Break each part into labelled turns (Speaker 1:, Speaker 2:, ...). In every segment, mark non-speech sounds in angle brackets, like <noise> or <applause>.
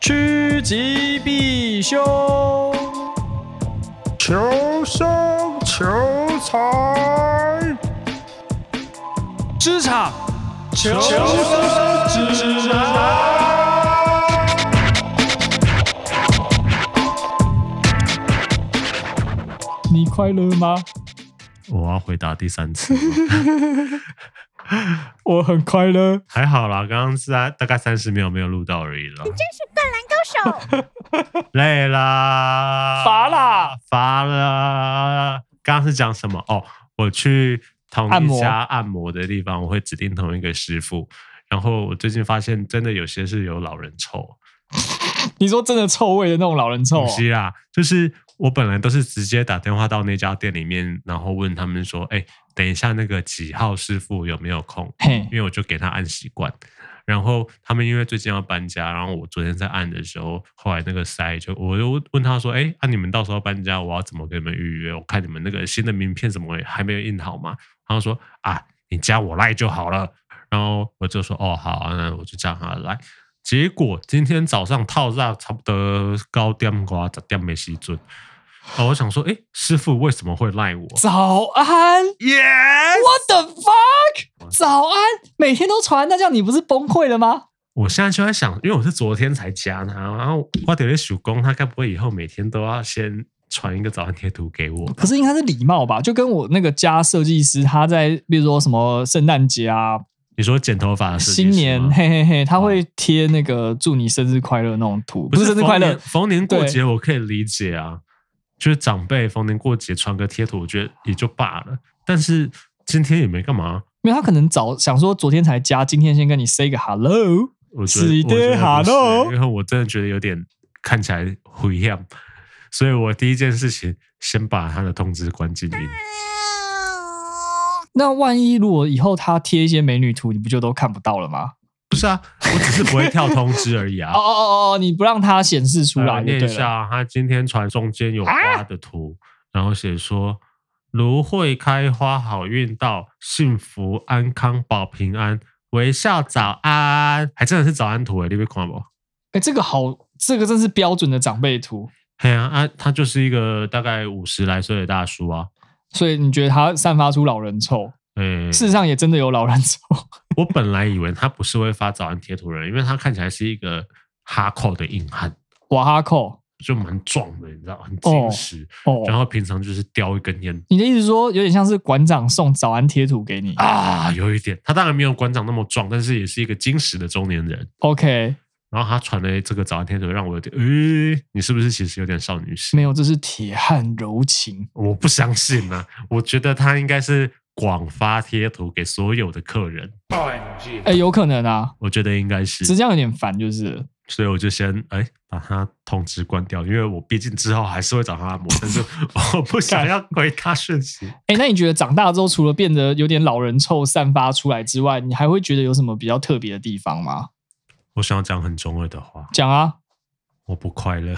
Speaker 1: 趋吉避凶，
Speaker 2: 求生求财，
Speaker 1: 职场求
Speaker 2: 生指南。
Speaker 1: 你快乐吗？
Speaker 3: 我要回答第三次， <laughs>
Speaker 1: 我很快乐。
Speaker 3: 还好啦，刚刚是啊，大概三十秒没有录到而已啦，
Speaker 4: 真是灌篮高手。
Speaker 3: <laughs> 累啦，
Speaker 1: 乏啦，
Speaker 3: 乏啦。刚刚是讲什么？哦，我去同
Speaker 1: 按
Speaker 3: 一
Speaker 1: 摩
Speaker 3: 家按摩的地方，我会指定同一个师傅。然后我最近发现，真的有些是有老人臭，
Speaker 1: 你说真的臭味的那种老人臭
Speaker 3: 不
Speaker 1: 哦、
Speaker 3: 是啊，就是我本来都是直接打电话到那家店里面，然后问他们说，哎，等一下那个几号师傅有没有空？
Speaker 1: 嘿
Speaker 3: 因，为我就给他按习惯。然后他们因为最近要搬家，然后我昨天在按的时候，后来那个塞就我就问他说：“哎，啊你们到时候搬家，我要怎么跟你们预约？我看你们那个新的名片怎么还没有印好嘛？”然后说：“啊，你加我赖就好了。”然后我就说：“哦，好啊，那我就加他来。”结果今天早上套到差不多高点瓜十点没时准，啊，我想说，哎，师傅为什么会赖我
Speaker 1: 早安
Speaker 3: ？Yes，
Speaker 1: ，What the fuck？早安，每天都传，那这样你不是崩溃了吗？
Speaker 3: 我现在就在想，因为我是昨天才加他，然后花点点曙光，他该不会以后每天都要先传一个早安贴图给我吧？
Speaker 1: 可是应该是礼貌吧，就跟我那个家设计师，他在比如说什么圣诞节啊、
Speaker 3: 你说剪头发的啊设计师
Speaker 1: 新
Speaker 3: 吗
Speaker 1: 年，嘿嘿嘿，他会贴那个祝你生日快乐那种图，
Speaker 3: 不
Speaker 1: 不是生日快
Speaker 3: 逢
Speaker 1: 乐
Speaker 3: 年，逢年过
Speaker 1: 对
Speaker 3: 节我可以理解啊，就是长辈逢年过节传个贴图，我觉得也就罢了。但是今天也没干嘛，
Speaker 1: 因为他可能早想说昨天才加，今天先跟你 say 个 hello。
Speaker 3: 我觉得
Speaker 1: 是
Speaker 3: 我觉得
Speaker 1: 的哈
Speaker 3: 不是
Speaker 1: 喽
Speaker 3: 因为我真的觉得有点看起来灰样，所以我第一件事情先把他的通知关静音。
Speaker 1: 那万一如果以后他贴一些美女图，你不就都看不到了吗？
Speaker 3: 不是啊，我只是不会跳通知而已啊。
Speaker 1: 哦哦哦哦，你不让他显示出来
Speaker 3: 来
Speaker 1: 就
Speaker 3: 呃念
Speaker 1: 对
Speaker 3: 一
Speaker 1: 了。啊
Speaker 3: 下，啊他今天传中间有花的图，然后写说芦荟开花，好运到，幸福安康保平安，微笑早安，还真的是早安图诶，欸你被看不？
Speaker 1: 哎、这个好，这个真是标准的长辈图。
Speaker 3: 嘿啊啊，他就是一个大概五十来岁的大叔啊。
Speaker 1: 所以你觉得他散发出老人臭？
Speaker 3: 诶，
Speaker 1: 事实上也真的有老人臭。 <laughs>
Speaker 3: 我本来以为他不是会发早安贴图的人，因为他看起来是一个哈扣的硬汉，
Speaker 1: 瓦哈扣
Speaker 3: 就蛮壮的，你知道，很
Speaker 1: 哦
Speaker 3: 结实。然
Speaker 1: 哦，
Speaker 3: 后平常就是叼一根烟
Speaker 1: 你的意思说有点像是馆长送早安贴图给你
Speaker 3: 啊，有一点。他当然没有馆长那么壮，但是也是一个精实的中年人。
Speaker 1: ？OK，
Speaker 3: 然后他传了这个早安贴图，让我有点，诶，你是不是其实有点少女心？
Speaker 1: 没有，这是铁汉柔情。
Speaker 3: 我不相信啊，我觉得他应该是广发贴图给所有的客人，
Speaker 1: 哎、有可能啊，
Speaker 3: 我觉得应该是
Speaker 1: 只，这样有点烦，就是了
Speaker 3: 所以我就先哎把他通知关掉，因为我毕竟之后还是会找他按摩，但是我不想要回他讯息。
Speaker 1: 哎、那你觉得长大之后，除了变得有点老人臭散发出来之外，你还会觉得有什么比较特别的地方吗？
Speaker 3: 我想要讲很中二的话，
Speaker 1: 讲啊，
Speaker 3: 我不快乐。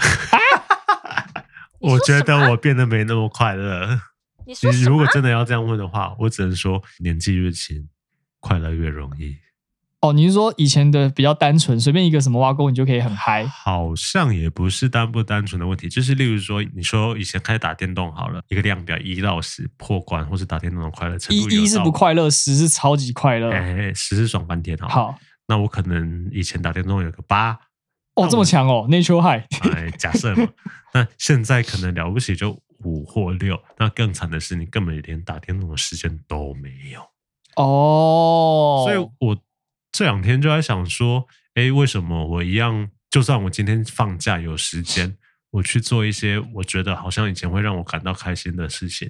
Speaker 3: 我觉得我变得没那么快乐。
Speaker 4: 你说
Speaker 3: 你
Speaker 4: 什
Speaker 3: 如果
Speaker 4: 么？
Speaker 3: 真的要这样问的话，我只能说年纪越轻，快乐越容易，
Speaker 1: 哦，你是说以前的比较单纯，随便一个什么挖沟你就可以很嗨？
Speaker 3: 好像也不是单不单纯的问题，就是例如说，你说以前开始打电动好了，一个量表一到十破关，或是打电动的快乐 <laughs> 程
Speaker 1: 一
Speaker 3: 度有
Speaker 1: 一是
Speaker 3: 到
Speaker 1: 不，快乐，十是超级快乐。
Speaker 3: 哎，十是爽翻天好了，
Speaker 1: 好，
Speaker 3: 那我可能以前打电动有个八，
Speaker 1: 哦，这么强哦，Nature High， <laughs>
Speaker 3: 哎，假设嘛，那现在可能了不起就五或六，那更惨的是你根本连打电动的时间都没有。
Speaker 1: 哦，
Speaker 3: 所以我这两天就在想说，哎，为什么我一样，就算我今天放假有时间，我去做一些我觉得好像以前会让我感到开心的事情，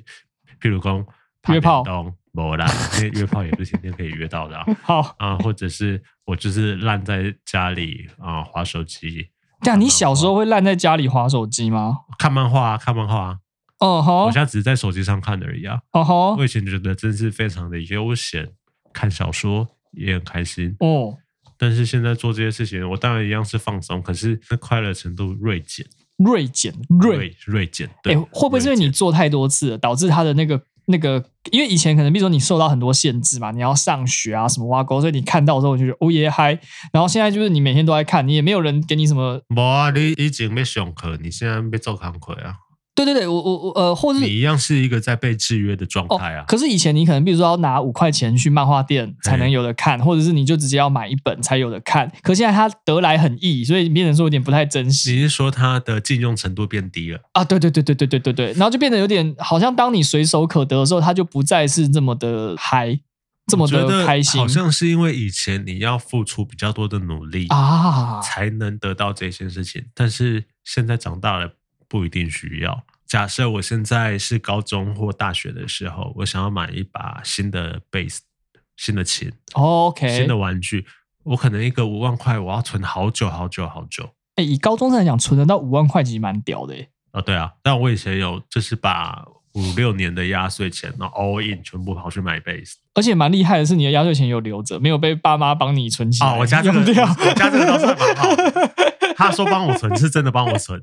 Speaker 3: 譬如说打
Speaker 1: 约
Speaker 3: 电
Speaker 1: 炮
Speaker 3: 动，没啦，因为约炮也不是天天可以约到的啊， <laughs>
Speaker 1: 好，
Speaker 3: 啊或者是我就是烂在家里啊，划手机、
Speaker 1: 但你小时候会烂在家里划手机吗？
Speaker 3: 看漫画、啊，看漫画、啊，
Speaker 1: 哦
Speaker 3: 我
Speaker 1: 吼
Speaker 3: 现，在只是在手机上看而已啊。
Speaker 1: 哦吼
Speaker 3: 我，以前觉得真是非常的悠闲，看小说也很开心，
Speaker 1: 哦，
Speaker 3: 但是现在做这些事情，我当然一样是放松，可是那快乐程度锐减，
Speaker 1: 锐减锐，
Speaker 3: 锐锐减。
Speaker 1: 哎、
Speaker 3: 对，
Speaker 1: 会不会是因为你
Speaker 3: 锐减
Speaker 1: 做太多次了，导致他的那个那个，因为以前可能比如说你受到很多限制嘛，你要上学啊什么挖沟，所以你看到之后你就觉得哦耶嗨。然后现在就是你每天都在看，你也没有人给你什么。
Speaker 3: 无啊，你以前被上课，你现在被做康课啊，
Speaker 1: 对对对，我我我呃，或是
Speaker 3: 你一样是一个在被制约的状
Speaker 1: 哦
Speaker 3: 态啊。
Speaker 1: 可是以前你可能，比如说要拿五块钱去漫画店才能有的看，或者是你就直接要买一本才有的看。可现在它得来很易，所以变成说有点不太珍惜
Speaker 3: 你是说它的禁用程度变低了？
Speaker 1: 啊。对对对对对对对对，然后就变得有点好像当你随手可得的时候，它就不再是这么的嗨，这么
Speaker 3: 我觉
Speaker 1: 的
Speaker 3: 得
Speaker 1: 开心
Speaker 3: 好像是因为以前你要付出比较多的努力
Speaker 1: 啊。
Speaker 3: 才能得到这件事情，但是现在长大了不一定需要。假设我现在是高中或大学的时候，我想要买一把新的 bass、新的琴、
Speaker 1: OK，
Speaker 3: 新的玩具，我可能一个五万块，我要存好久好久好久。
Speaker 1: 哎、以高中生来讲，存得到五万块其实蛮屌的、欸。
Speaker 3: 哦，对啊，但我以前有就是把五六年的压岁钱，然后 all
Speaker 1: 哦
Speaker 3: in 全部跑去买 bass。
Speaker 1: 而且蛮厉害的是，你的压岁钱有留着，没有被爸妈帮你存起来。
Speaker 3: 哦，我家这个，
Speaker 1: 啊用
Speaker 3: 我
Speaker 1: 掉，
Speaker 3: 我家
Speaker 1: <laughs>
Speaker 3: 这个倒是蛮好的。他说帮我存，是真的帮我存。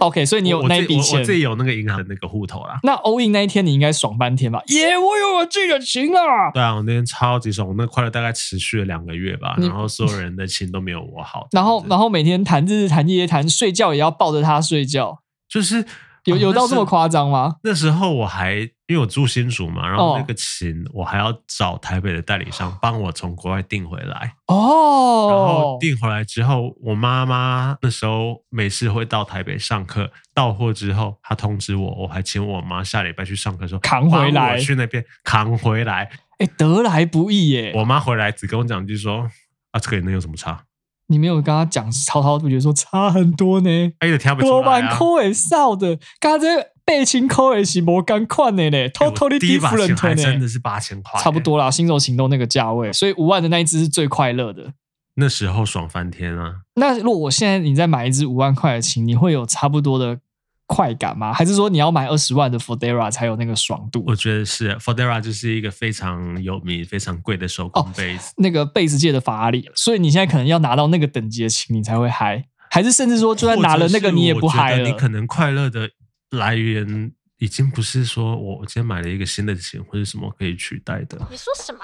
Speaker 1: OK，所以 <laughs> 你
Speaker 3: 我
Speaker 1: 有
Speaker 3: 我
Speaker 1: 那
Speaker 3: 自
Speaker 1: 一
Speaker 3: 己
Speaker 1: 笔
Speaker 3: 我
Speaker 1: 钱
Speaker 3: 我自己有那个银行的那个户头啦。
Speaker 1: 那 all in 那一天你应该爽翻天吧？耶，我有我自己的琴啊！
Speaker 3: 对啊，我那天超级爽，我那快乐大概持续了两个月吧，
Speaker 1: 你
Speaker 3: 然后所有人的情都没有我好。
Speaker 1: 然后，然
Speaker 3: 后
Speaker 1: 后每天谈日日谈夜夜谈，睡觉也要抱着它睡觉，
Speaker 3: 就是
Speaker 1: 有有到这么？
Speaker 3: 啊
Speaker 1: 夸张吗？
Speaker 3: 那时候那时候我还因为我住新竹嘛，然
Speaker 1: 哦
Speaker 3: 后那个琴我还要找台北的代理商帮我从国外订回来，然后
Speaker 1: 哦，
Speaker 3: 订回来之后，我妈妈那时候每次会到台北上课，到货之后她通知我，我还请我妈下礼拜去上课的时候
Speaker 1: 扛回来
Speaker 3: 帮我去那边扛回来。
Speaker 1: 哎，得来不易耶！
Speaker 3: 我妈回来只跟我讲一句说啊，这个能有什么差？
Speaker 1: 你没有跟他讲，滔滔不绝说差很多呢。
Speaker 3: 哎，也听不出
Speaker 1: 多
Speaker 3: 来
Speaker 1: 半
Speaker 3: 啊。
Speaker 1: 抠会少的，刚才背琴抠的是无干款的嘞
Speaker 3: 哎我
Speaker 1: ，totally
Speaker 3: 第一把琴
Speaker 1: different
Speaker 3: 还真的
Speaker 1: 呢，
Speaker 3: 是八千块，欸
Speaker 1: 差不。多啦，新手琴都那个价位，所以五万的那一只是最快乐的。
Speaker 3: 那时候爽翻天啊！
Speaker 1: 那如果我现在你再买一只五万块的琴，你会有差不多的快感吗？还是说你要买二十万的 Fodera 才有那个爽度？
Speaker 3: 我觉得是 Fodera 就是一个非常有名、非常贵的手
Speaker 1: 哦
Speaker 3: 工杯子。
Speaker 1: 那个贝斯界的法拉利，所以你现在可能要拿到那个等级的琴，你才会嗨，还是甚至说就算拿了那个你也不嗨
Speaker 3: 或者是我觉
Speaker 1: 了
Speaker 3: 得你？可能快乐的来源已经不是说我今天买了一个新的琴或者什么可以取代的。
Speaker 4: 你说什么？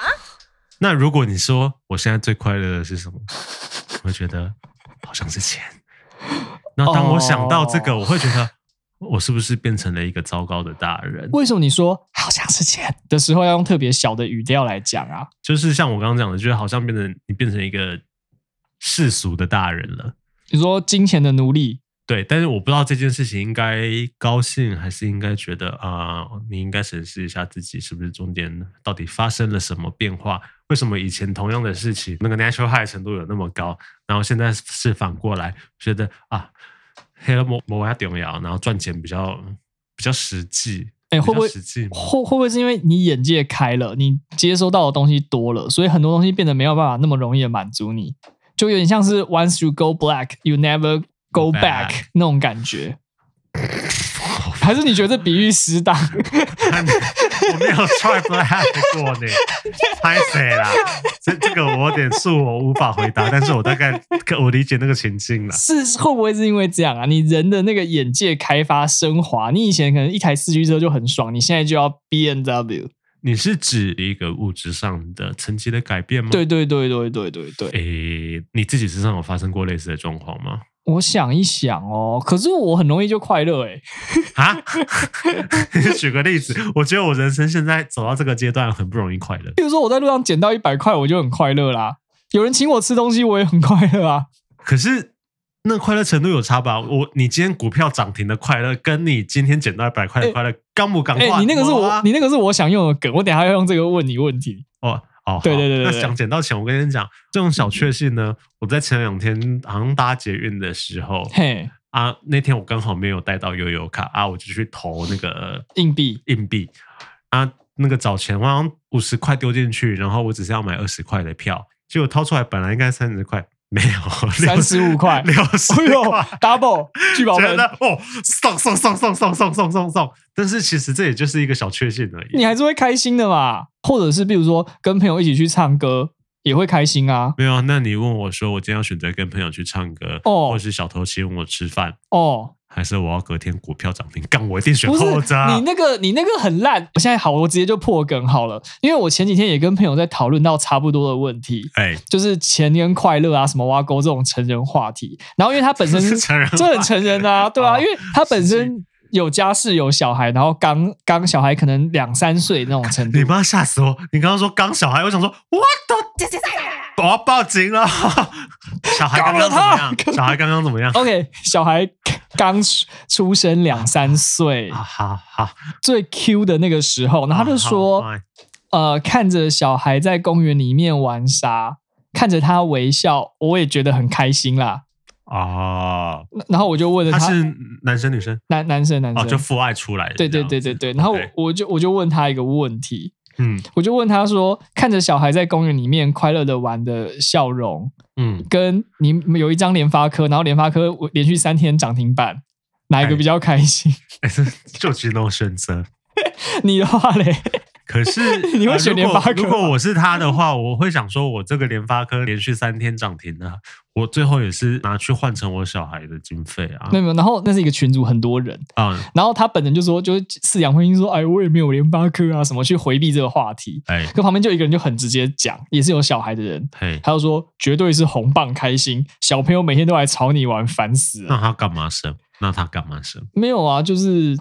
Speaker 3: 那如果你说我现在最快乐的是什么，我会觉得好像是钱。那当我想到这个，
Speaker 1: 哦
Speaker 3: 我会觉得我是不是变成了一个糟糕的大人？
Speaker 1: 为什么你说好像是钱的时候要用特别小的语调来讲啊？
Speaker 3: 就是像我刚刚讲的，就是好像变成你变成一个世俗的大人了。
Speaker 1: 你说金钱的奴隶，
Speaker 3: 对，但是我不知道这件事情应该高兴还是应该觉得啊、你应该审视一下自己是不是中间到底发生了什么变化？为什么以前同样的事情，那个 natural high 程度有那么高，然后现在是反过来觉得啊，黑了某某要重要，然后赚钱比较比较实际，
Speaker 1: 哎会不会
Speaker 3: 比较实际嘛？
Speaker 1: 会会不会是因为你眼界开了，你接收到的东西多了，所以很多东西变得没有办法那么容易的满足你，就有点像是 once you go black, you never go back,
Speaker 3: Back
Speaker 1: 那种感
Speaker 3: <laughs>
Speaker 1: 觉。还是你觉得这比喻失当？
Speaker 3: 我没有 try black 过呢，拍谁啦？这这个我有点恕我无法回答，但是我大概我理解那个情境啦。
Speaker 1: 是会不会是因为这样啊？你人的那个眼界开发升华，你以前可能一台四驱车就很爽，你现在就要 B N W。
Speaker 3: 你是指一个物质上的层级的改变吗？
Speaker 1: 对，对对对对对对。
Speaker 3: 诶，你自己身上有发生过类似的状况吗？
Speaker 1: 我想一想哦，可是我很容易就快乐哎诶、
Speaker 3: 啊， <laughs> 举个例子，我觉得我人生现在走到这个阶段很不容易快乐。
Speaker 1: 比如说我在路上捡到一百块，我就很快乐啦。有人请我吃东西，我也很快乐啊。
Speaker 3: 可是那快乐程度有差吧？我你今天股票涨停的快乐，跟你今天捡到一百块的快乐，刚不刚
Speaker 1: 哎、
Speaker 3: 化？
Speaker 1: 你那个是我，
Speaker 3: 哇
Speaker 1: 你那个是我想用的梗，我等一下要用这个问你问题。
Speaker 3: 哦哦，
Speaker 1: 对
Speaker 3: 好
Speaker 1: 对对对
Speaker 3: 那
Speaker 1: 对嗯
Speaker 3: 想捡到钱，我跟你讲，这种小确幸呢，我在前两天好像搭捷运的时候
Speaker 1: 嘿，
Speaker 3: 啊，那天我刚好没有带到悠游卡啊，我就去投那个
Speaker 1: 硬币
Speaker 3: 硬币啊，那个找钱，我好像五十块丢进去，然后我只是要买二十块的票，结果掏出来本来应该三十块，没有
Speaker 1: 35块
Speaker 3: 六十
Speaker 1: 哎 <laughs> 呦
Speaker 3: 块。
Speaker 1: ，double 聚宝
Speaker 3: 觉
Speaker 1: 盆
Speaker 3: 得，哦，送送送送送送送送送，但是其实这也就是一个小确幸而已。
Speaker 1: 你还是会开心的嘛。或者是比如说跟朋友一起去唱歌，也会开心啊。
Speaker 3: 没有啊，那你问我说，我今天要选择跟朋友去唱歌，
Speaker 1: 哦
Speaker 3: 或是小偷请我吃饭，
Speaker 1: 哦，
Speaker 3: 还是我要隔天股票涨停？干，我一定选
Speaker 1: 不是
Speaker 3: 后者啊。
Speaker 1: 你那个你那个很烂。我现在好，我直接就破梗好了，因为我前几天也跟朋友在讨论到差不多的问题。
Speaker 3: 哎，
Speaker 1: 就是钱跟快乐啊，什么挖沟这种成人话题。然后因为他本身
Speaker 3: 是 <laughs> 成人话题
Speaker 1: 这很成人啊，对啊，
Speaker 3: 哦
Speaker 1: 因为他本身有家室有小孩，然后刚刚小孩可能两三岁那种程度
Speaker 3: 你。妈吓死我！你刚刚说刚小孩，我想说我的，我要报警了。小孩刚刚怎么
Speaker 1: 搞哦
Speaker 3: 样？小孩刚刚怎么样？
Speaker 1: OK，小孩刚出生两三岁，
Speaker 3: 啊，好好，
Speaker 1: 最 Q 的那个时候，然后他就
Speaker 3: 啊好哎
Speaker 1: 说，
Speaker 3: 好
Speaker 1: 呃，看着小孩在公园里面玩沙，看着他微笑，我也觉得很开心啦。
Speaker 3: 哦，
Speaker 1: 那然后我就问了
Speaker 3: 他
Speaker 1: 他，
Speaker 3: 是男生女生
Speaker 1: 男男生男
Speaker 3: 哦，
Speaker 1: 生，
Speaker 3: 就父爱出来的这
Speaker 1: 对
Speaker 3: 样子。
Speaker 1: 对对对对。然后
Speaker 3: OK
Speaker 1: 我就我就问他一个问题，
Speaker 3: 嗯
Speaker 1: 我就问他说，看着小孩在公园里面快乐的玩的笑容，
Speaker 3: 嗯， <laughs>
Speaker 1: 跟你们有一张联发科，然后联发科连续三天涨停板，哪一个比较开心？ <laughs>
Speaker 3: 哎这就只能选择。
Speaker 1: 你的话嘞？
Speaker 3: 可
Speaker 1: <laughs>
Speaker 3: 是
Speaker 1: 你会
Speaker 3: 呃
Speaker 1: 选
Speaker 3: 如果
Speaker 1: 联发科
Speaker 3: 如
Speaker 1: 吗
Speaker 3: 果我是他的话，我会想说，我这个联发科连续三天涨停啊，我最后也是拿去换成我小孩的经费啊
Speaker 1: 没。有没有，然后那是一个群组，很多人，
Speaker 3: 啊，
Speaker 1: 然后他本人就说，就是四两婚姻说，哎，我也没有联发科啊，什么去回避这个话题。
Speaker 3: 哎
Speaker 1: 可旁边就有一个人就很直接讲，也是有小孩的人，
Speaker 3: 嘿，
Speaker 1: 他就说绝对是红棒开心，小朋友每天都来吵你玩，烦死了
Speaker 3: 那。他干嘛生？那他干嘛生？
Speaker 1: 没有啊，就是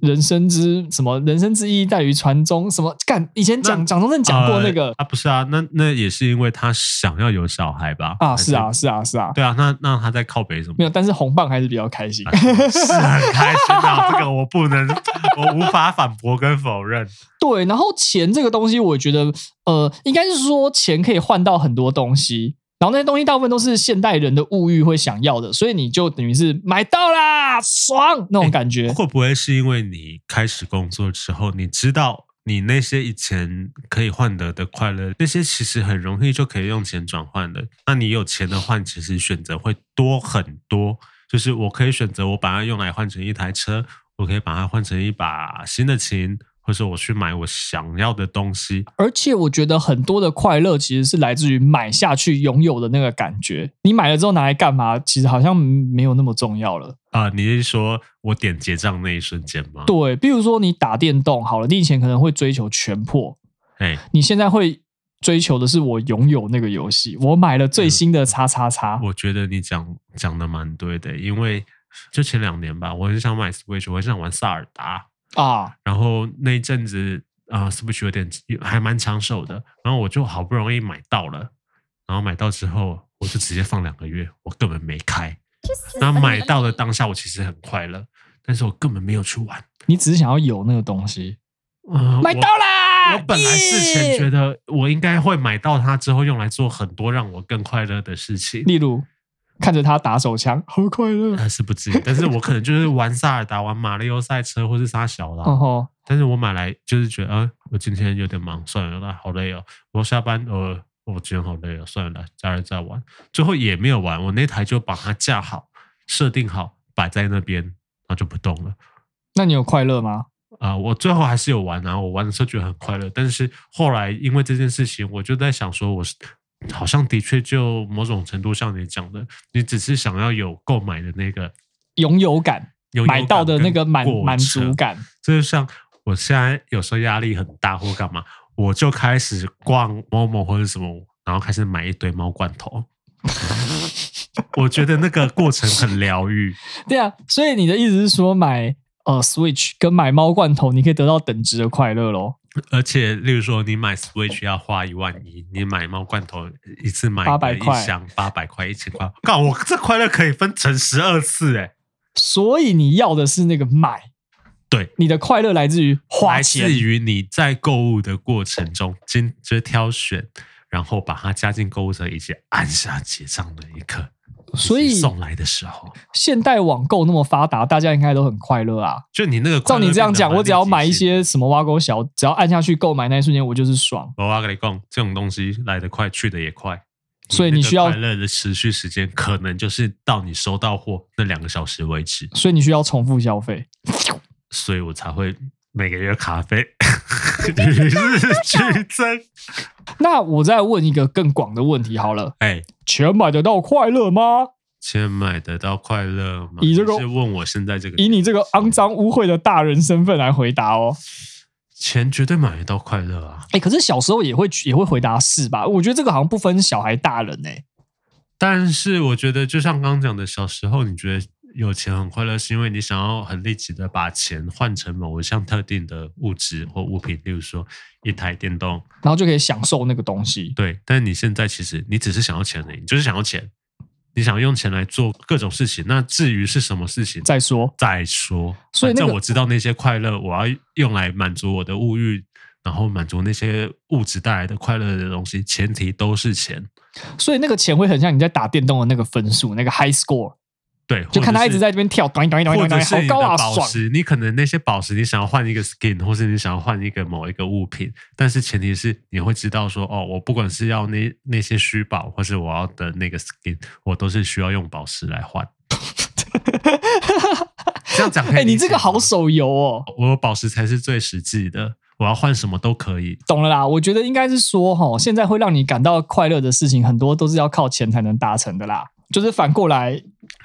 Speaker 1: 人生之什么人生之意义在于传宗什么干，以前
Speaker 3: 那
Speaker 1: 蒋蒋中正讲过那个
Speaker 3: 呃、啊，不是啊，那那也是因为他想要有小孩吧？
Speaker 1: 啊，
Speaker 3: 还
Speaker 1: 是啊，，是啊，是啊，
Speaker 3: 对啊，那那他在靠北什么
Speaker 1: <laughs> 没？有，但是红棒还是比较开心。
Speaker 3: 是很开心啊，这个我不能， <laughs> 我无法反驳跟否认。
Speaker 1: <laughs> 对，然后钱这个东西，我觉得呃，应该是说钱可以换到很多东西。然后那些东西大部分都是现代人的物欲会想要的，所以你就等于是买到啦，爽那种感觉。
Speaker 3: 会不会是因为你开始工作之后，你知道你那些以前可以换得的快乐，那些其实很容易就可以用钱转换的。那你有钱的话，你其实选择会多很多。就是我可以选择，我把它用来换成一台车，我可以把它换成一把新的琴，或者我去买我想要的东西。
Speaker 1: 而且我觉得很多的快乐其实是来自于买下去拥有的那个感觉。你买了之后拿来干嘛？其实好像没有那么重要了。
Speaker 3: 啊、你是说我点结账那一瞬间吗？
Speaker 1: 对，比如说你打电动好了，你以前可能会追求全破，
Speaker 3: 哎，
Speaker 1: 你现在会追求的是我拥有那个游戏，我买了最新的叉叉叉。
Speaker 3: 我觉得你讲讲的蛮对的，因为就前两年吧，我很想买 Switch，我很想玩塞尔达，
Speaker 1: 啊，
Speaker 3: 然后那一阵子啊、s w i t c h 有点还蛮抢手的，然后我就好不容易买到了，然后买到之后我就直接放两个月，我根本没开。那买到的当下我其实很快乐，但是我根本没有去玩。
Speaker 1: 你只是想要有那个东西，
Speaker 3: 呃、
Speaker 1: 嗯买
Speaker 3: 我
Speaker 1: 到啊啦！
Speaker 3: 我本来事前觉
Speaker 1: 耶，
Speaker 3: 得我应该会买到它之后用来做很多让我更快乐的事情，
Speaker 1: 例如看着他打手枪，好快乐。
Speaker 3: 那是不至于。但是我可能就是玩塞尔达、玩马里奥赛车或是杀
Speaker 1: <laughs>
Speaker 3: 小啦。
Speaker 1: 然后
Speaker 3: 但是我买来就是觉得，啊，我今天有点忙，算了啦，好累哦。我下班，呃，我今天好累哦，算了啦，假日再玩。最后也没有玩，我那台就把它架好、设定好，摆在那边，然后就不动了。
Speaker 1: 那你有快乐吗？
Speaker 3: 啊、我最后还是有玩啊，我玩的时候觉得很快乐，但是后来因为这件事情，我就在想说，我是好像的确就某种程度像你讲的，你只是想要有购买的那个
Speaker 1: 拥有感，
Speaker 3: 拥有
Speaker 1: 买到的
Speaker 3: 感
Speaker 1: 那个
Speaker 3: 跟
Speaker 1: 满
Speaker 3: 过
Speaker 1: 满足
Speaker 3: 程
Speaker 1: 感。
Speaker 3: 这就像我现在有时候压力很大或干嘛，我就开始逛某某或者什么，然后开始买一堆猫罐头。我觉得那个过程很疗愈，
Speaker 1: 对啊，所以你的意思是说买呃 Switch 跟买猫罐头，你可以得到等值的快乐咯。
Speaker 3: 而且例如说你买 Switch 要花一万一，你买猫罐头一次买
Speaker 1: 800
Speaker 3: 个一
Speaker 1: 块
Speaker 3: 箱八百块一千块，干我这快乐可以分成十二次哎、
Speaker 1: 所以你要的是那个买，
Speaker 3: 对，
Speaker 1: 你的快乐来自于花
Speaker 3: 来自
Speaker 1: 钱。
Speaker 3: 于你在购物的过程中精就是挑选，然后把它加进购物车，以及按下结账的一刻，
Speaker 1: 所
Speaker 3: 以及
Speaker 1: 以
Speaker 3: 送来的时候，
Speaker 1: 现代网购那么发达，大家应该都很快乐啊。
Speaker 3: 就你那个快
Speaker 1: 照
Speaker 3: 乐
Speaker 1: 你这样讲，
Speaker 3: 变得
Speaker 1: 我只要
Speaker 3: 蛮
Speaker 1: 买
Speaker 3: 立
Speaker 1: 一
Speaker 3: 即性。
Speaker 1: 些什么挖沟小，只要按下去购买那一瞬间，我就是爽。
Speaker 3: 我要跟你讲，这种东西来得快，去得也快，
Speaker 1: 所以
Speaker 3: 那
Speaker 1: 你
Speaker 3: 个
Speaker 1: 需要
Speaker 3: 快乐的持续时间，可能就是到你收到货那两个小时为止，
Speaker 1: 所以你需要重复消费。
Speaker 3: 所以我才会每个月咖啡
Speaker 1: <laughs>
Speaker 3: 与日俱增。
Speaker 1: 那我再问一个更广的问题好了，
Speaker 3: 哎，
Speaker 1: 钱买得到快乐吗？
Speaker 3: 钱买得到快乐吗？
Speaker 1: 以这个
Speaker 3: 你是问我现在这个，
Speaker 1: 以你这个肮脏污秽的大人身份来回答哦。
Speaker 3: 钱绝对买得到快乐啊！
Speaker 1: 哎、可是小时候也会也会回答是吧？我觉得这个好像不分小孩大人哎、
Speaker 3: 但是我觉得，就像刚刚讲的，小时候你觉得有钱很快乐，是因为你想要很立即的把钱换成某一项特定的物质或物品，例如说一台电动。
Speaker 1: 然后就可以享受那个东西。
Speaker 3: 对，但你现在其实你只是想要钱而已，你就是想要钱，你想要用钱来做各种事情。那至于是什么事情，
Speaker 1: 再说，
Speaker 3: 再说。
Speaker 1: 所以那个
Speaker 3: 反正我知道那些快乐，我要用来满足我的物欲，然后满足那些物质带来的快乐的东西，前提都是钱。
Speaker 1: 所以那个钱会很像你在打电动的那个分数，那个 high score，
Speaker 3: 对，
Speaker 1: 就看他
Speaker 3: 或
Speaker 1: 一
Speaker 3: 者是
Speaker 1: 直在这边跳，短短短
Speaker 3: 或
Speaker 1: 短
Speaker 3: 者
Speaker 1: 短，
Speaker 3: 是
Speaker 1: 好
Speaker 3: 你的
Speaker 1: 高啊，
Speaker 3: 宝
Speaker 1: 爽！
Speaker 3: 石，你可能那些宝石，你想要换一个 skin，或是你想要换一个某一个物品，但是前提是你会知道说，哦，我不管是要那那些虚宝，或是我要的那个 skin，我都是需要用宝石来换。这样讲可以
Speaker 1: 哎、你
Speaker 3: 理解
Speaker 1: 这个好
Speaker 3: 吗，
Speaker 1: 手游哦。
Speaker 3: 我有宝石才是最实际的，我要换什么都可以。
Speaker 1: 懂了啦，我觉得应该是说，哈，现在会让你感到快乐的事情，很多都是要靠钱才能达成的啦。就是反过来，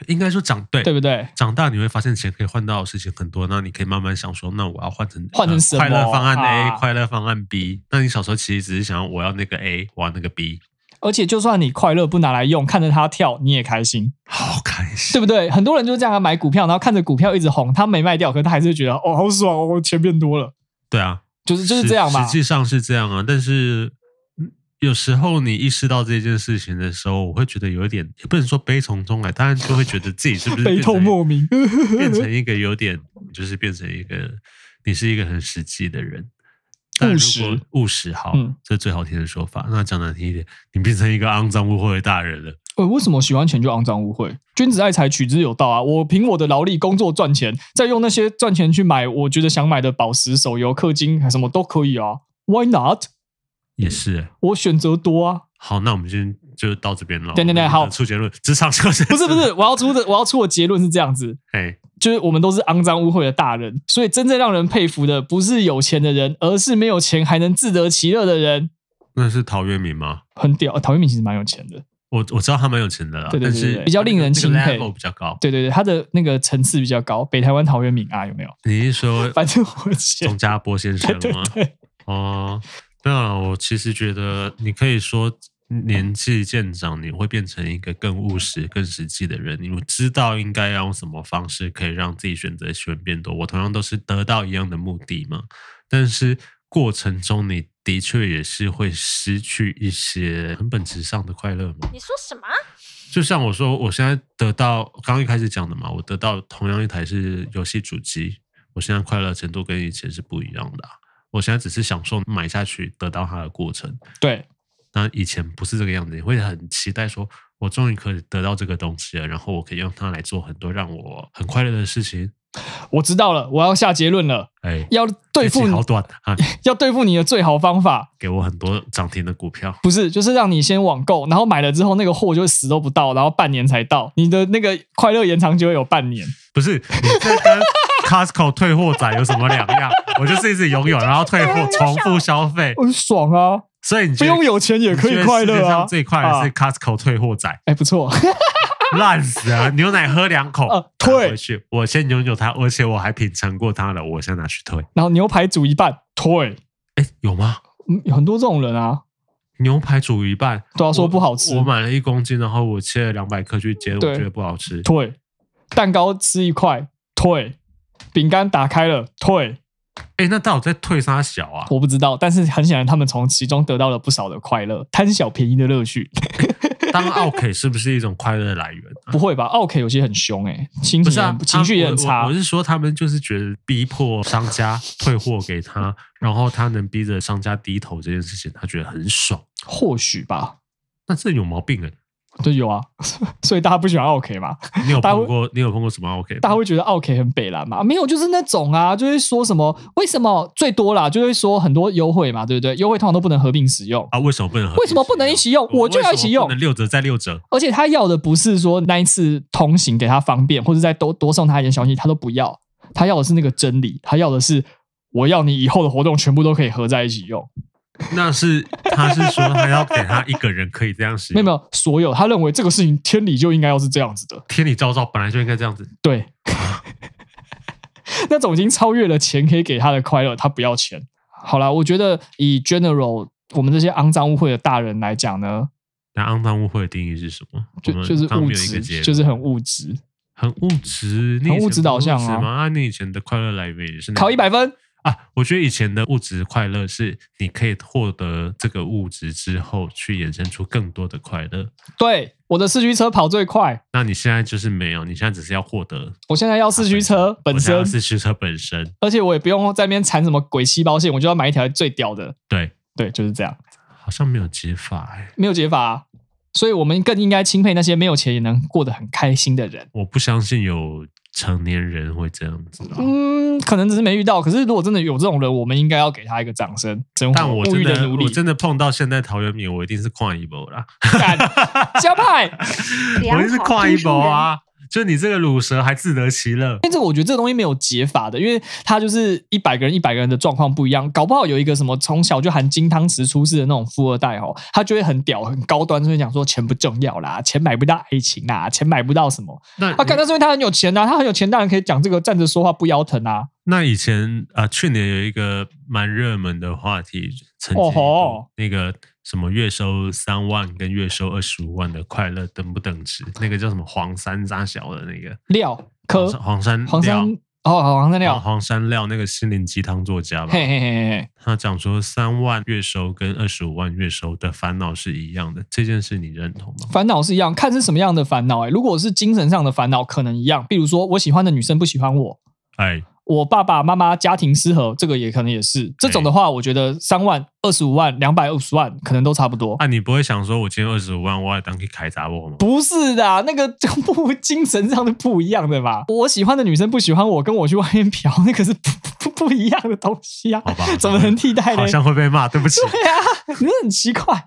Speaker 3: 应该说长对
Speaker 1: 对不对？
Speaker 3: 长大你会发现钱可以换到的事情很多，那你可以慢慢想说，那我要换成呃
Speaker 1: 换成什么
Speaker 3: 快乐方案 A，、
Speaker 1: 啊
Speaker 3: 快乐方案 B。那你小时候其实只是想要我要那个 A，我要那个 B，
Speaker 1: 而且就算你快乐不拿来用，看着它跳你也开心，
Speaker 3: 好开心。
Speaker 1: 对不对？很多人就这样啊买股票，然后看着股票一直红，他没卖掉，可他还是觉得哦好爽哦，我钱变多了，
Speaker 3: 对啊，
Speaker 1: 就是就是
Speaker 3: 实
Speaker 1: 这样嘛
Speaker 3: 实。际上是这样啊，但是嗯有时候你意识到这件事情的时候，我会觉得有一点，也不能说悲从中来，当然就会觉得自己是不是
Speaker 1: 悲
Speaker 3: 变成
Speaker 1: 痛莫
Speaker 3: <laughs>
Speaker 1: 名
Speaker 3: 变成一个有点，就是变成一个你是一个很实际的人。但如
Speaker 1: 务
Speaker 3: 果
Speaker 1: 实
Speaker 3: 务实好，
Speaker 1: 嗯
Speaker 3: 这是最好听的说法。那讲难听一点，你变成一个肮脏污秽的大人了。
Speaker 1: 呃，为什么喜欢钱就肮脏污秽？君子爱财，取之有道啊！我凭我的劳力工作赚钱，再用那些赚钱去买我觉得想买的宝石、手游、氪金，什么都可以啊！Why not？嗯
Speaker 3: 也是，
Speaker 1: 我选择多啊！
Speaker 3: 好，那我们今天就到这边了。
Speaker 1: 对对对
Speaker 3: 我们的
Speaker 1: 好
Speaker 3: 出结论，职场就是
Speaker 1: 不是
Speaker 3: <laughs>
Speaker 1: 不，是，我要出的我要出的结论是这样子，
Speaker 3: 哎，
Speaker 1: 就是我们都是肮脏污秽的大人，所以真正让人佩服的不是有钱的人，而是没有钱还能自得其乐的人，
Speaker 3: 那是陶渊明吗？
Speaker 1: 很屌。呃陶渊明其实蛮有钱的，
Speaker 3: 我我知道他蛮有钱的啦，
Speaker 1: 对对对对
Speaker 3: 但是
Speaker 1: 对比较令人
Speaker 3: 那
Speaker 1: 钦
Speaker 3: 个
Speaker 1: 佩
Speaker 3: level 比较高。
Speaker 1: 对对对，他的那个层次比较高。北台湾陶渊明啊，有没有？ <laughs>
Speaker 3: 你是说
Speaker 1: 反正我觉
Speaker 3: 钟
Speaker 1: 得，
Speaker 3: 家波先生
Speaker 1: 对
Speaker 3: 吗？
Speaker 1: 对，
Speaker 3: 哦，那我其实觉得你可以说。年纪渐长，你会变成一个更务实、更实际的人。你知道应该要用什么方式可以让自己选择权变多。我同样都是得到一样的目的嘛，但是过程中你的确也是会失去一些很本质上的快乐嘛。
Speaker 4: 你说什么？
Speaker 3: 就像我说，我现在得到刚刚一开始讲的嘛，我得到同样一台是游戏主机，我现在快乐程度跟以前是不一样的啊、我现在只是享受买下去得到它的过程，
Speaker 1: 对，
Speaker 3: 那以前不是这个样子，你会很期待说，我终于可以得到这个东西了，然后我可以用它来做很多让我很快乐的事情。
Speaker 1: 我知道了，我要下结论了。
Speaker 3: 哎，
Speaker 1: 要对
Speaker 3: 这
Speaker 1: 付
Speaker 3: 集
Speaker 1: 你
Speaker 3: 好短啊，
Speaker 1: 要对付你的最好方法，
Speaker 3: 给我很多涨停的股票。
Speaker 1: 不是就是让你先网购，然后买了之后那个货就死都不到，然后半年才到，你的那个快乐延长就会有半年。
Speaker 3: 不是你这跟 <laughs> Costco 退货仔有什么两样？我就是一直拥有，然后退货，重复消费，
Speaker 1: 我、爽啊，
Speaker 3: 所以你
Speaker 1: 不
Speaker 3: 觉得
Speaker 1: 用有钱也可以快
Speaker 3: 你觉得世
Speaker 1: 乐
Speaker 3: 界
Speaker 1: 啊
Speaker 3: 上！最快的是 Costco 退货仔， <laughs>
Speaker 1: 哎，不错， <laughs>
Speaker 3: 烂死了！牛奶喝两口
Speaker 1: 啊，
Speaker 3: 拿
Speaker 1: <laughs> 退
Speaker 3: 回去，我先拥有它，而且我还品尝过它了，我先拿去退。
Speaker 1: 然后牛排煮一半，退，
Speaker 3: 哎，有吗？
Speaker 1: 嗯，有很多这种人啊，
Speaker 3: 牛排煮一半，
Speaker 1: 对啊，说不好吃
Speaker 3: 我，我买了一公斤，然后我切了两百克去煎，我
Speaker 1: 对
Speaker 3: 觉得不好吃。
Speaker 1: 退，蛋糕吃一块，退，饼干打开了，退，
Speaker 3: 哎，那到底在退啥小
Speaker 1: <laughs>
Speaker 3: 啊？
Speaker 1: 我不知道，但是很显然他们从其中得到了不少的快乐，贪小便宜的乐趣。 <laughs>
Speaker 3: 当 OK 是不是一种快乐的来源
Speaker 1: <laughs>
Speaker 3: 啊？
Speaker 1: 不会吧？OK，有些很凶哎、心
Speaker 3: 不
Speaker 1: 情
Speaker 3: 是
Speaker 1: 也
Speaker 3: 啊
Speaker 1: 很，情绪也很
Speaker 3: 他
Speaker 1: 差
Speaker 3: 我我我。是说，他们就是觉得逼迫商家退货给他，然后他能逼着商家低头这件事情，他觉得很爽。
Speaker 1: 或许吧，
Speaker 3: 那这有毛病哎、
Speaker 1: 就有啊， <laughs> 所以大家不喜欢 OK 嘛？
Speaker 3: 你有
Speaker 1: 大家
Speaker 3: 碰
Speaker 1: 会
Speaker 3: 过？你有碰过什么 OK？
Speaker 1: 大家会觉得 OK 很北蓝嘛？没有，就是那种啊，就会说什么为什么最多啦，就会说很多优惠嘛，对不对？优惠通常都不能合并使用，
Speaker 3: 啊？为什么不能合？
Speaker 1: 为什么不能一起用我就要一起用
Speaker 3: 哦为什么不能六折再六折。
Speaker 1: 而且他要的不是说那一次通行给他方便，或者再多多送他一点小东西，他都不要。他要的是那个真理，他要的是我要你以后的活动全部都可以合在一起用。
Speaker 3: 那是他是说他要给他一个人可以这样使
Speaker 1: <laughs> 没有
Speaker 3: 用，
Speaker 1: 没有，所有他认为这个事情天理就应该要是这样子的，
Speaker 3: 天理昭昭，本来就应该这样子。
Speaker 1: 对。 <laughs> 那种已经超越了钱可以给他的快乐，他不要钱。好啦，我觉得以 general 我们这些肮脏污秽的大人来讲呢，
Speaker 3: 那肮脏污秽的定义是什么？
Speaker 1: 就
Speaker 3: 我们
Speaker 1: 就是
Speaker 3: 刚刚
Speaker 1: 物
Speaker 3: 没有一个结
Speaker 1: 质，
Speaker 3: 论嗯
Speaker 1: 就是很物质。
Speaker 3: 很物质，你
Speaker 1: 很
Speaker 3: 以
Speaker 1: 物
Speaker 3: 前
Speaker 1: 质
Speaker 3: 不
Speaker 1: 导向
Speaker 3: 物质
Speaker 1: 啊
Speaker 3: 吗？啊，你以前的快乐来源也是那
Speaker 1: 考
Speaker 3: 个
Speaker 1: 一百分，
Speaker 3: 啊！我觉得以前的物质快乐是你可以获得这个物质之后，去衍生出更多的快乐。
Speaker 1: 对，我的四驱车跑最快，
Speaker 3: 那你现在就是没有，你现在只是要获得
Speaker 1: 我现在要四驱车本
Speaker 3: 啊我想要
Speaker 1: 身，
Speaker 3: 四驱车本身。
Speaker 1: 而且我也不用在那边缠什么鬼细胞线，我就要买一条最屌的。
Speaker 3: 对，
Speaker 1: 对，就是这样，
Speaker 3: 好像没有解法哎、
Speaker 1: 没有解法啊、所以我们更应该钦佩那些没有钱也能过得很开心的人。
Speaker 3: 我不相信有成年人会这样子吧。啊
Speaker 1: 嗯，可能只是没遇到。可是如果真的有这种人，我们应该要给他一个掌声。生活
Speaker 3: 但我
Speaker 1: 物
Speaker 3: 真
Speaker 1: 欲
Speaker 3: 的
Speaker 1: 努力
Speaker 3: 我，真的碰到现在陶渊明，我一定是跨一波啦， <laughs>
Speaker 1: 干加派。
Speaker 3: 我一定是跨一波
Speaker 4: 博！
Speaker 3: 啊！就你这个乳蛇还自得其乐，
Speaker 1: 但这个我觉得这个东西没有解法的，因为他就是一百个人一百个人的状况不一样，搞不好有一个什么从小就含金汤匙出世的那种富二代哦，他就会很屌很高端，就会讲说钱不重要啦，钱买不到爱情啦，钱买不到什么。
Speaker 3: 那
Speaker 1: 他干那是因为他很有钱啊，他很有钱，当然可以讲这个站着说话不腰疼啊。
Speaker 3: 那以前啊、呃去年有一个蛮热门的话题，曾经
Speaker 1: 哦吼
Speaker 3: 那个什么月收三万跟月收二十五万的快乐等不等值，那个叫什么黄山扎小的那个
Speaker 1: 料
Speaker 3: 黄
Speaker 1: 科
Speaker 3: 山黄山
Speaker 1: 黄
Speaker 3: 料
Speaker 1: 山哦，黄山
Speaker 3: 黄
Speaker 1: 料，
Speaker 3: 黄山料那个心灵鸡汤作家吧，
Speaker 1: 嘿嘿嘿嘿，
Speaker 3: 他讲说三万月收跟二十五万月收的烦恼是一样的，这件事你认同吗？
Speaker 1: 烦恼是一样，看是什么样的烦恼、欸。如果是精神上的烦恼，可能一样，比如说我喜欢的女生不喜欢我，
Speaker 3: 哎，
Speaker 1: 我爸爸妈妈家庭失和，这个也可能也是这
Speaker 3: 哎
Speaker 1: 种的话，我觉得三万、二十五万、两百五十万可能都差不多。
Speaker 3: 啊，你不会想说我今天二十五万，我要当去开杂货吗？
Speaker 1: 不是的啊，那个就不 <laughs> 精神上是不一样的嘛。我喜欢的女生不喜欢我，跟我去外面嫖，那个是不不不一样的东西啊
Speaker 3: 好吧，
Speaker 1: <laughs> 怎么能替代呢
Speaker 3: 好？像会被骂，对不起。
Speaker 1: <laughs> 对啊，你很奇怪。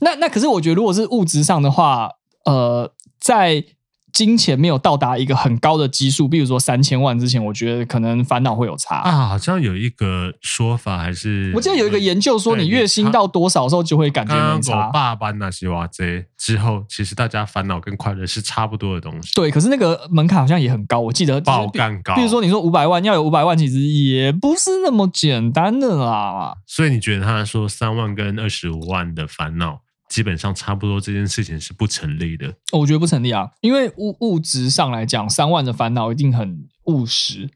Speaker 1: 那那可是我觉得，如果是物质上的话，呃，在金钱没有到达一个很高的基数，比如说三千万之前，我觉得可能烦恼会有差。
Speaker 3: 啊，好像有一个说法，还是
Speaker 1: 我记得有一个研究说，
Speaker 3: 对啊
Speaker 1: 你月薪到多少时候就会感觉
Speaker 3: 刚
Speaker 1: 没
Speaker 3: 刚
Speaker 1: 差
Speaker 3: 我。爸班那些哇这之后，其实大家烦恼跟快乐是差不多的东西，
Speaker 1: 对，可是那个门槛好像也很高，我记得就是
Speaker 3: 爆
Speaker 1: 比
Speaker 3: 干高。
Speaker 1: 比如说，你说五百万要有五百万，其实也不是那么简单的啦。
Speaker 3: 所以你觉得他说三万跟二十五万的烦恼，基本上差不多这件事情是不成立的。
Speaker 1: 我觉得不成立啊，因为物物质上来讲，三万的烦恼一定很务实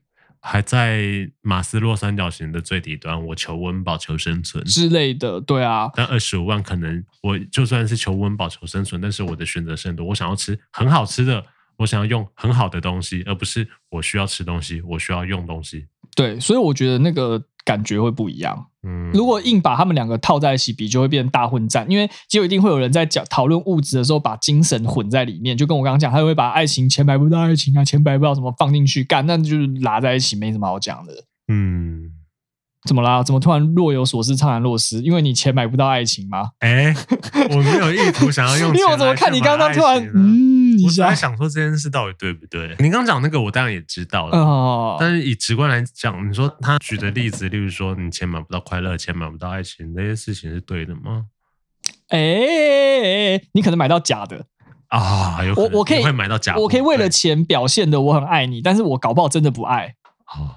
Speaker 3: 还在马斯洛三角形的最底端，我求温饱求生存。
Speaker 1: 之类的，对啊。
Speaker 3: 但二十五万可能我就算是求温饱求生存，但是我的选择是很多。我想要吃很好吃的，我想要用很好的东西，而不是我需要吃东西，我需要用东西。
Speaker 1: 对，所以我觉得那个感觉会不一样。
Speaker 3: 嗯，
Speaker 1: 如果硬把他们两个套在一起比，就会变大混战，因为就一定会有人在讲讨论物质的时候把精神混在里面。就跟我刚刚讲，他会把爱情钱买不到爱情啊，钱买不到什么放进去干，那就是拉在一起，没什么好讲的。
Speaker 3: 嗯，
Speaker 1: 怎么啦？怎么突然若有所思，怅然若失？因为你钱买不到爱情吗？
Speaker 3: 哎、我没有意图想要用，
Speaker 1: 因为我怎么 <laughs> 看你刚刚突然，
Speaker 3: 嗯，
Speaker 1: 嗯，你
Speaker 3: 我只在
Speaker 1: 想，
Speaker 3: 想说这件事到底对不对？你刚讲那个，我当然也知道了。
Speaker 1: 哦，
Speaker 3: 但是以直观来讲，你说他举的例子，例如说你钱买不到快乐，钱买不到爱情，那些事情是对的吗？
Speaker 1: 哎、哎哎你可能买到假的，
Speaker 3: 啊，有
Speaker 1: 我
Speaker 3: 能
Speaker 1: 我可以
Speaker 3: 你会买到假货，
Speaker 1: 我可以为了
Speaker 3: 对
Speaker 1: 钱表现的我很爱你，但是我搞不好真的不爱。
Speaker 3: 哦，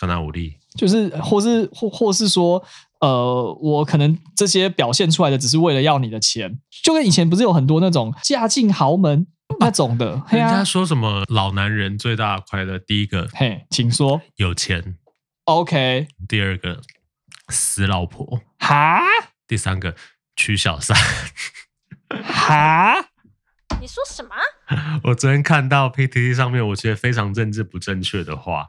Speaker 3: 当然无力。
Speaker 1: 就是或是或或是说，呃，我可能这些表现出来的只是为了要你的钱，就跟以前不是有很多那种嫁进豪门那种的，嘿
Speaker 3: 人
Speaker 1: 啊
Speaker 3: 家，说什么老男人最大的快乐，第一个
Speaker 1: 嘿，请说
Speaker 3: 有钱，
Speaker 1: ，OK，
Speaker 3: 第二个死老婆，
Speaker 1: 哈
Speaker 3: 第三个娶小三。 <laughs>
Speaker 1: 哈，
Speaker 4: 你说什么？
Speaker 3: 我昨天看到 PTT 上面，我觉得非常政治不正确的话，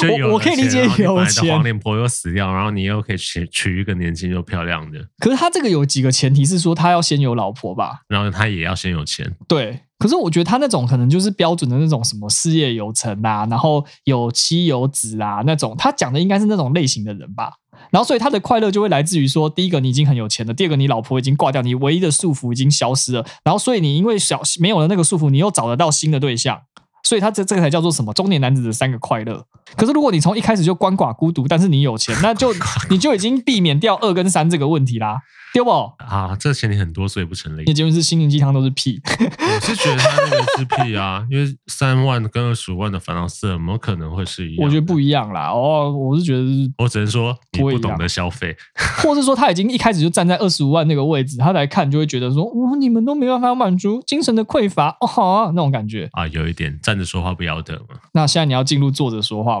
Speaker 3: 就有
Speaker 1: <laughs>
Speaker 3: 了
Speaker 1: 我可以理解
Speaker 3: 然后你
Speaker 1: 有
Speaker 3: 本来的
Speaker 1: 钱
Speaker 3: 黄脸婆又死掉，然后你又可以娶娶一个年轻又漂亮的，
Speaker 1: 可是他这个有几个前提是说他要先有老婆吧？
Speaker 3: 然后他也要先有钱。
Speaker 1: 对。可是我觉得他那种可能就是标准的那种什么事业有成啊，然后有妻有子啊那种，他讲的应该是那种类型的人吧。然后所以他的快乐就会来自于说，第一个你已经很有钱了，第二个你老婆已经挂掉，你唯一的束缚已经消失了，然后所以你因为小没有了那个束缚，你又找得到新的对象，所以他这这个才叫做什么中年男子的三个快乐。可是如果你从一开始就鳏寡孤独，但是你有钱，那就 <laughs> 你就已经避免掉二跟三这个问题啦，对不？
Speaker 3: 啊，这前提很多，所以不成立
Speaker 1: 你。的结论是心灵鸡汤都是屁，
Speaker 3: 我是觉得他那个是屁啊，因为三万跟二十五万的烦恼是怎么可能会是一样？
Speaker 1: 我觉得，不一样啦。哦，我是觉得是
Speaker 3: 我只能说你
Speaker 1: 不一
Speaker 3: 不
Speaker 1: 样
Speaker 3: 懂得消费。
Speaker 1: 或是说他已经一开始就站在二十五万那个位置，他来看就会觉得说，哦，你们都没办法满足精神的匮乏，哦，好啊，那种感觉。
Speaker 3: 啊，有一点站着说话不腰疼嘛。
Speaker 1: 那现在你要进入坐着说话吧。，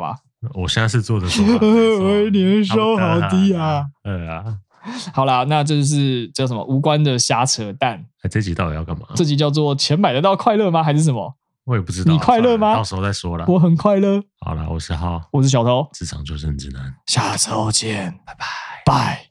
Speaker 3: 我现在是坐着说话没错
Speaker 1: <laughs> 你的手哎好低啊！
Speaker 3: 呃啊，
Speaker 1: <laughs> 好啦，那这就是叫什么无关的瞎扯淡，
Speaker 3: 哎这集到底要干嘛？
Speaker 1: 这集叫做钱买得到快乐吗？还是什么？
Speaker 3: 我也不知道。
Speaker 1: 你快乐吗
Speaker 3: 算了到时候再说了。
Speaker 1: 我很快乐，
Speaker 3: 好了，我是浩，
Speaker 1: 我是小偷，
Speaker 3: 职场求生指南。
Speaker 1: 下周见，拜拜，拜。